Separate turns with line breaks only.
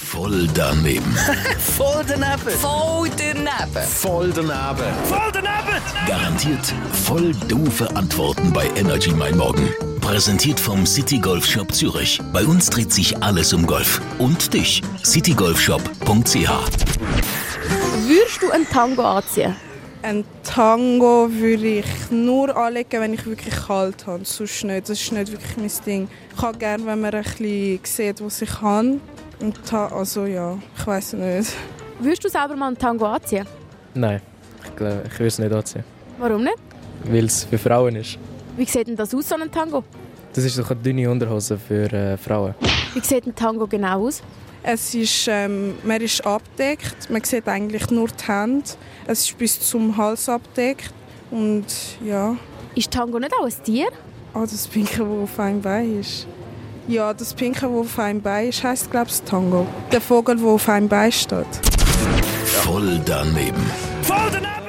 Voll daneben.
Voll daneben.
Voll daneben.
Voll daneben.
Garantiert voll doofe Antworten bei Energy Mein Morgen. Präsentiert vom City Golf Shop Zürich. Bei uns dreht sich alles um Golf. Und dich, citygolfshop.ch.
Würdest du einen Tango anziehen?
Ein Tango würde ich nur anlegen, wenn ich wirklich kalt habe. Sonst nicht. Das ist nicht wirklich mein Ding. Ich habe gerne, wenn man ein bisschen sieht, was ich habe. Und ta- also ja, ich weiß nicht.
Würdest du selber mal einen Tango anziehen?
Nein, ich glaube, ich würde es nicht anziehen,
Warum nicht?
weil es für Frauen ist.
Wie sieht denn das aus, so ein Tango?
Das ist doch eine dünne Unterhose für äh, Frauen.
Wie sieht ein Tango genau aus?
Es ist, ähm, man ist abdeckt. Man sieht eigentlich nur die Hände. Es ist bis zum Hals abdeckt. Und ja,
Ist Tango nicht auch ein Tier?
ah, das Pinke, das auf einem Bein ist. Ja, das Pinke, das auf einem Bein ist, heisst, glaube ich, Tango. Der Vogel, der auf einem Bein steht.
Voll daneben.
Voll daneben.